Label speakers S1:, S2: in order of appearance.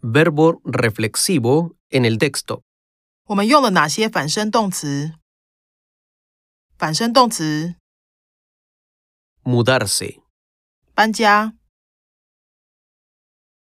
S1: verbo reflexivo en el texto.
S2: 我们用了哪些反身动词？反身动词：
S1: Mudarse,
S2: 搬家、